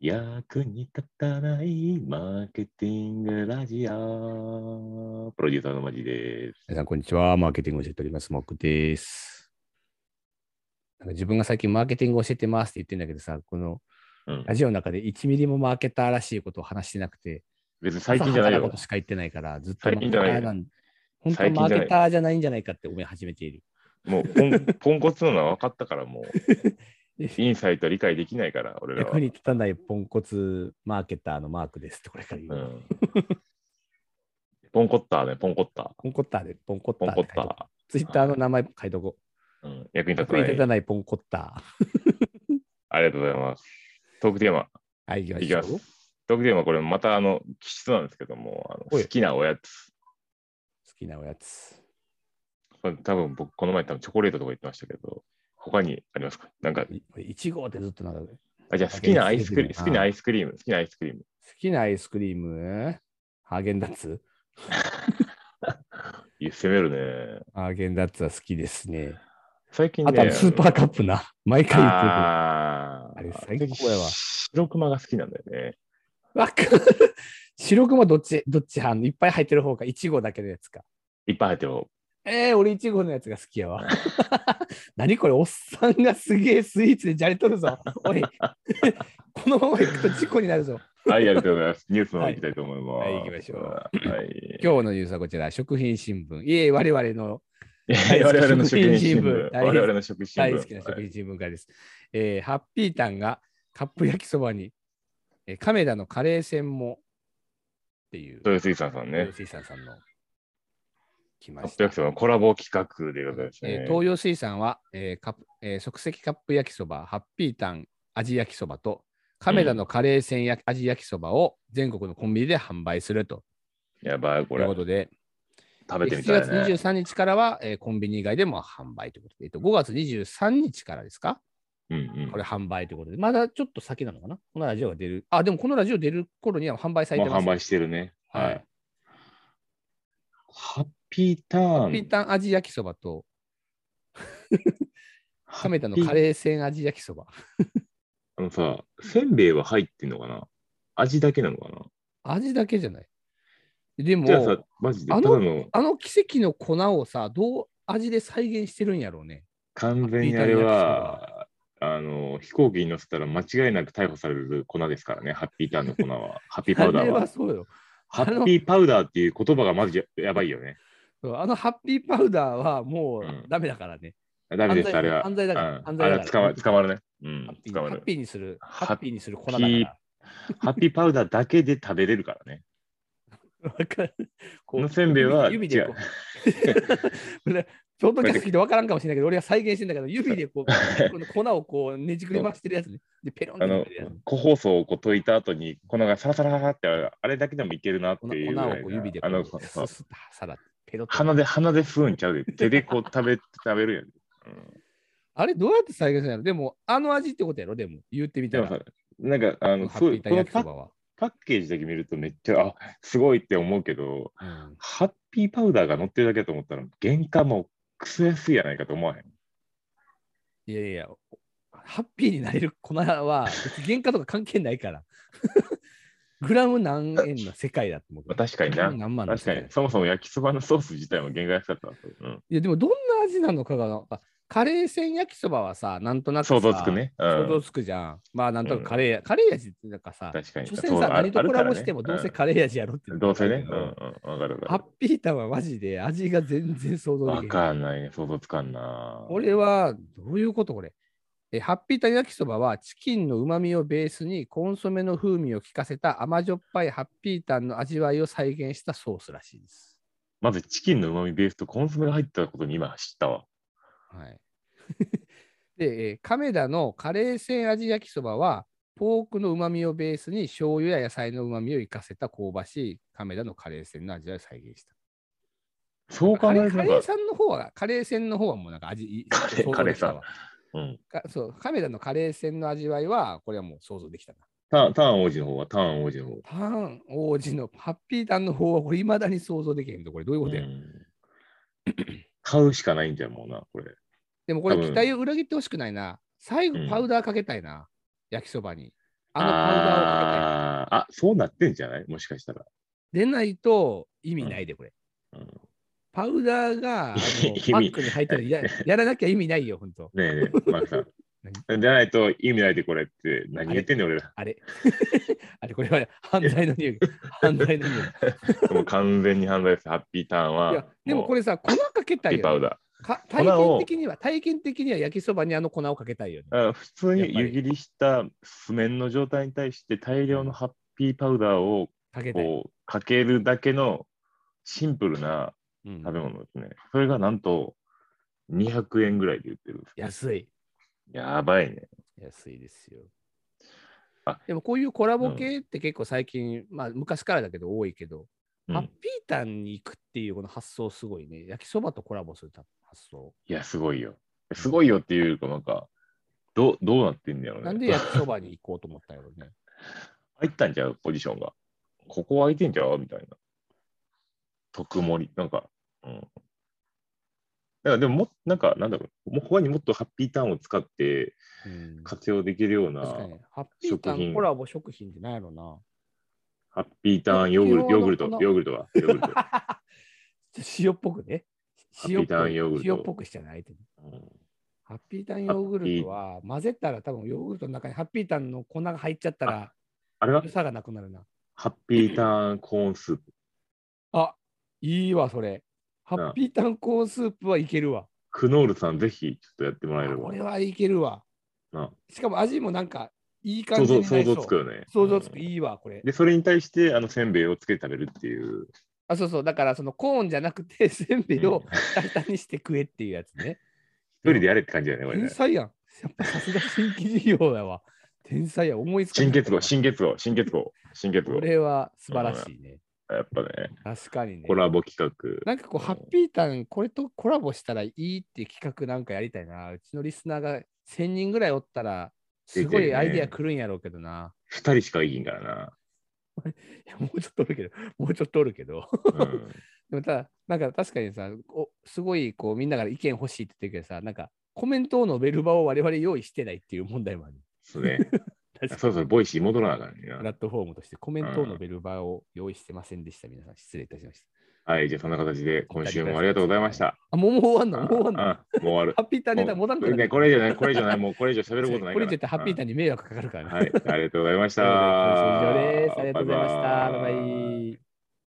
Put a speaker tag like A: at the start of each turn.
A: 役に立たないマーケティングラジオ。プロデューサーのマジです。
B: 皆さん、こんにちは。マーケティングを教えております。モックです。なんか自分が最近マーケティングを教えてますって言ってんだけどさ、この
A: うん
B: ラ、ジオの中で1ミリもマーケターらしいことを話してなくて、
A: 別に最近じゃない
B: 浅はか
A: よ
B: こと。しか言ってないから、ずっとマ
A: 最
B: ー
A: 近じゃな
B: ケタ
A: いよ
B: ーなん本当は
A: 最近じ
B: マ
A: ゃない
B: ーケターじゃないんじゃないかって思い始めている。
A: もうポン ポンコツなのは分かったから、も う
B: え。
A: インサイト理解できないから、俺らは。
B: 役に立たないポンコツマーケターのマークですってこれから言
A: う
B: う。
A: ん、ポンコッターね、ポンコッタ
B: ポンコッターで、ポンコッ
A: ー。ポ
B: タ
A: ン
B: ー
A: コ
B: で
A: ッタ
B: ツイッターの名前書いとこう。
A: ー。うん、役に立たな
B: 役に立た
A: い。
B: ないポンコッター。
A: ありがとうございます。トークテーマ、
B: はい、行
A: い
B: き
A: き
B: ま
A: ま
B: しょう。
A: す。トークテーマ、これまたあの、気質なんですけども、あの
B: おい
A: 好きなおやつ。
B: 好きなおやつ。
A: これ多分僕、この前多分チョコレートとか言ってましたけど、他にありますかなんか、
B: 1号ってずっとなんか
A: あじゃあ好きなアイスクリー
B: あ
A: ム、
B: 現
A: 好
B: 実的だな
A: きなアイスクリーム、好きなアイスクリーム。
B: 好きなアイスクリームハーゲンダッツ
A: いや、攻めるね。
B: ハーゲンダッツは好きですね。
A: 最近ね
B: あとはスーパーカップな。毎回言ってる。わ
A: あー
B: あれ最高やわ
A: 白熊が好きなんだよね。
B: かる。白熊どっち、どっち派いっぱい入ってる方か、1号だけのやつか。
A: いっぱい入っても、
B: えー、俺1号のやつが好きやわ。何これ、おっさんがすげえスイーツでじゃれとるぞ。おい、このまま行くと事故になるぞ。
A: はい、ありがとうござい ます。ニュースの方行きたいと思います。
B: はいはい行きましょ
A: う。はい。
B: 今日のニュースはこちら、食品新聞。いえ、我々の
A: いや我々の食品新聞。
B: 大好き
A: 我々の食品新聞。
B: 大好きな食
A: はい
B: 品新聞会です。えーハッピータンがカップ焼きそばに、えー、亀田のカレー専門っていう、
A: 豊水産さんね
B: 東洋。水産さんの来ま
A: 800
B: した。
A: さんのコラボ企画でございます
B: えー
A: ね。
B: 東洋水産は、えーカップえー即席カップ焼きそば、ハッピータン味焼きそばと、亀田のカレー専焼き味焼きそばを全国のコンビニで販売すると
A: やばい、こ
B: いう
A: れ
B: こ。とで、
A: 食
B: え
A: べ
B: ー
A: てみ
B: 7
A: た
B: 月
A: いね。
B: 23日からは、えーコンビニ以外でも販売ということで、えっと5月23日からですか
A: うんうん
B: こ。れ販売ということで、まだちょっと先なのかなこのラジオが出る。あ、でもこのラジオ出る頃には販売され
A: も
B: て
A: う
B: ます。
A: 販売してるね。
B: は
A: はいい。ハッピーターン。ハ
B: ハッピータン味焼きそばと、
A: ー
B: 亀田のカ
A: ー。
B: レー煎味焼きそば。
A: あのさ、せんべいは入ってんのかな味だけなのかな
B: 味だけじゃない。で
A: じゃあさ
B: も、、
A: マジで、
B: あ
A: た
B: の
A: だの
B: あの奇跡の粉をさ、どう味で再現してるんやろうね。
A: 完全にあれは、あの、飛行機に乗せたら間違いなく逮捕される粉ですからね、ハッピーターンの粉 は、ハッピーパウダ
B: あ
A: ー
B: れは
A: は。
B: そうよ。
A: ハッピーパウダーっていう言葉がまずややばいよね。
B: そうあのハッピーパウダーはも
A: うん
B: うダメだからね。
A: ダメです、あれは。
B: 犯罪だから
A: うん
B: 犯罪だ
A: あ
B: から
A: れは捕ま捕 まるね。う
B: ハ
A: ん
B: ッピ、ー
A: 捕ま
B: ハッ
A: る。
B: ピーにする、
A: ハッ
B: ハッピーにする粉だか
A: ピー
B: ら。
A: ハッピーパウダーだけで食べれるからね。
B: わかるこ
A: このせんべいは
B: 指でこう。 でショートキャスト聞いて分からんかもしれないけど、俺は再現してんだけど、指でこう、この粉をこうねじくり回してるやつね。で、ペロンっ
A: あ
B: てや
A: の
B: ってるやつ。、
A: 個包装をこう溶いた後に粉がサラサラサラってある、あれだけでもいけるなって
B: 粉粉
A: いうぐ
B: を
A: らいな。
B: こう指でこ
A: あの、
B: う、
A: そう
B: ス
A: そう
B: ッスッとさらってペロッと。
A: 鼻で、鼻で吸うんちゃうで、手でこう食べ、 食べるやん。うん
B: あれ、どうやって再現するんやろでも、あの味ってことやろでも、言ってみた
A: でも
B: ら。
A: さ、なんか、あ
B: この
A: の、
B: ハ
A: そ
B: ッ
A: う
B: ピー
A: こ
B: タイ
A: の
B: 焼き
A: パ
B: そ
A: ッ
B: ばは。
A: パッケージだけ見るとめっちゃ、あ、すごいって思うけど、
B: うん
A: ハッピーパウダーが乗ってるだけだと思ったら、原価もクソ安いやないかと思わへん。
B: いやいや、ハッピーになれる粉は、別に原価とか関係ないから。 グラム何円の世界だと思うけ
A: まあ、
B: ど。
A: 確かに
B: グラ
A: な
B: ム。何万の
A: 確
B: 世界
A: かに、そもそも焼きそばのソース自体も原価安かったわ。うん。
B: いやでもどんな味なのかがあカレー専焼きそばはさなんとなくさ
A: 想像つく、ね。う
B: 想像
A: ん。
B: つくじゃんまあなんとなくカレー、カレー味ってなんかさ
A: 確かに。
B: 所詮さ
A: そうある
B: 何とコ
A: あ
B: ラ
A: るから
B: ボ
A: ね
B: してもどう
A: う
B: せ
A: ん
B: カレー味やろって、
A: どうせね。うんうん。わかるわ
B: ハ
A: か
B: ッピーターはマジで味が全然想像
A: る。
B: できな
A: わか
B: い
A: んないね。想像つかんな。
B: これはどういうことこれえハッピーター焼きそばはチキンのうまみをベースにコンソメの風味を効かせた甘じょっぱいハッピーターの味わいを再現したソースらしいです。
A: まずチキンの旨味ベースとコンソメが入ってたことに今知ったわ。
B: はい。 で、えー亀田のカレー煎味焼きそばは、ポークの旨味をベースに醤油や野菜の旨味を生かせた香ばしい亀田のカレー煎の味わいを再現した。
A: そう考
B: カ
A: え
B: レ
A: る
B: ー
A: と
B: カ
A: なん
B: レー
A: か、
B: さんの方は、カレー煎の方はもうなんか味い、
A: カレー
B: 想像できた
A: カレーさん
B: わ
A: うん。
B: かそう、亀田のカレー煎の味わいは、これはもう想像できたな。
A: ターン、ターン王子の方は、ターン王子の方。
B: パン王子のハッピータンの方は、これ未だに想像できへんと、これどういうことや、
A: うん買うしかないんじゃんもうな、これ。
B: でもこれ
A: 多分
B: 期待を裏切ってほしくないな。最
A: う
B: 後
A: ん
B: パウダーかけたいな。焼きそばに。あのパウダーをかけて。
A: あーあ、そうなってんじゃないもしかしたら。
B: でないと意味ないで、これ。
A: うんね
B: パウダーがあの パ
A: 意味
B: ックに入ってる のややらなきゃ意味ないよ、本当
A: えね え、マークさん。じゃないと意味ないでこれって何言ってんねん俺ら。
B: あれ あれ、これは犯罪 の匂い。犯罪の匂い。い
A: もう完全に犯罪です。ハッピーターンは。
B: や、でもこれさ、粉かけた
A: ハッ
B: い
A: ピーパ
B: よ
A: ウ
B: ね、
A: ダ
B: か
A: 粉を
B: 体験的には、体験的には焼きそばにあの粉をかけたいよね。
A: ー。あ普通に
B: やっぱ
A: 湯
B: り
A: 切りした素面の状態に対して大量のハッピーパウダーを
B: かけたい。
A: こうかけるだけのシンプルな
B: うん
A: 食べ物ですね。それがなんと200円ぐらいで売ってるんです。
B: 安い。
A: やばいね。
B: 安いですよ
A: あ。
B: でもこういうコラボ系って結構最近、まあ昔からだけど多いけど、
A: うん
B: ハッピーターンに行くっていうこの発想すごいね。焼きそばとコラボするた発想。
A: いや、すごいよ。すごいよっていうか、なんか、どうどうなってんだろうね。
B: なんで焼きそばに行こうと思ったんやろ ね。
A: 入ったんちゃうポジションが。ここ空いてんちゃうみたいな。特盛り、なんか、うん。だからでもも、なんか、なんだろう、もう他にもっとハッピーターンを使って
B: うん
A: 活用できるような、
B: 確かに、ハッピー
A: 食
B: ターン
A: 品
B: コラボ食品ってなんやろな。
A: ハッピーターンヨーグルト、ヨーグルト、
B: この
A: ヨーグルトは、ヨーグ ルト。
B: 塩っぽくね。
A: ハッピ
B: 塩っ
A: ー
B: ぽ
A: ターンヨーグ
B: く
A: ルト
B: 塩っぽくしちゃないと。
A: うん
B: ハッピーターンヨーグルトは混ぜたら多分ヨーグルトの中にハッピーターンの粉が入っちゃったら
A: あれは
B: 良さがなくなるな。
A: ハッピーターンコーンスープ。
B: あいいわ、それ。ハッピーターンコーンスープはいけるわ。
A: クノールさん、ぜひ、ちょっとやってもらえれば
B: こ。れはいけるわ。
A: な
B: しかも味もなんかいい
A: 想
B: 感じ
A: 像
B: にな
A: 想
B: りそう
A: 像つくよね。
B: 想像つく、
A: うん
B: いいわ、これ。
A: で、それに対して、あの、せんべいをつけて食べるっていう。
B: あ、そうそう、だからそのコーンじゃなくて、 せんべいを下にして食えっていうやつね。
A: 一人でやれって感じだよね、これ
B: 天
A: ね。
B: 才やん。やっぱさすが新規事業だわ。天才や、思いつかな
A: 新
B: かっ
A: 月
B: た
A: 号、新月号、新月号、新月号
B: こ。れは素晴らしいね。
A: やっぱね、
B: 確かにね
A: コ。ラボ企画。
B: なんかこう、ハッピーターン、これとコラボしたらいいっていう企画なんかやりたいな。うちのリスナーが1000人ぐらいおったら、すご
A: 出てる
B: い
A: ね
B: アイデア来るんやろうけどな。
A: 二人しかいいんからな。
B: いやもうちょっとおるけど、もうちょっとおるけど。
A: うん、
B: でもただ、なんか確かにさ、おすごいこうみんなから意見欲しいって言ってるけどさ、なんかコメントを述べる場を我々用意してないっていう問題もある。
A: そうね。
B: 確か
A: そろそろボイシー戻らなあかんねん
B: プ
A: な
B: ラットフォームとしてコメントを述べる場を用意してませんでした。皆さん、失礼いたしました。
A: はい、じゃあそんな形で今週もありがとうございました。
B: あ、もうもう終わんのもう終わんの
A: ああもう終わる。
B: ハッピーターンネタ持たんくなる
A: ね、これ以上ない、これ以上ない、 もうこれ以上喋ることないから。
B: これ絶対ハッピーター
A: ー
B: ンに迷惑かかるからね。
A: はい、ありがとうございました。
B: ということで今週以上です。ありがとうございました。バイバイ。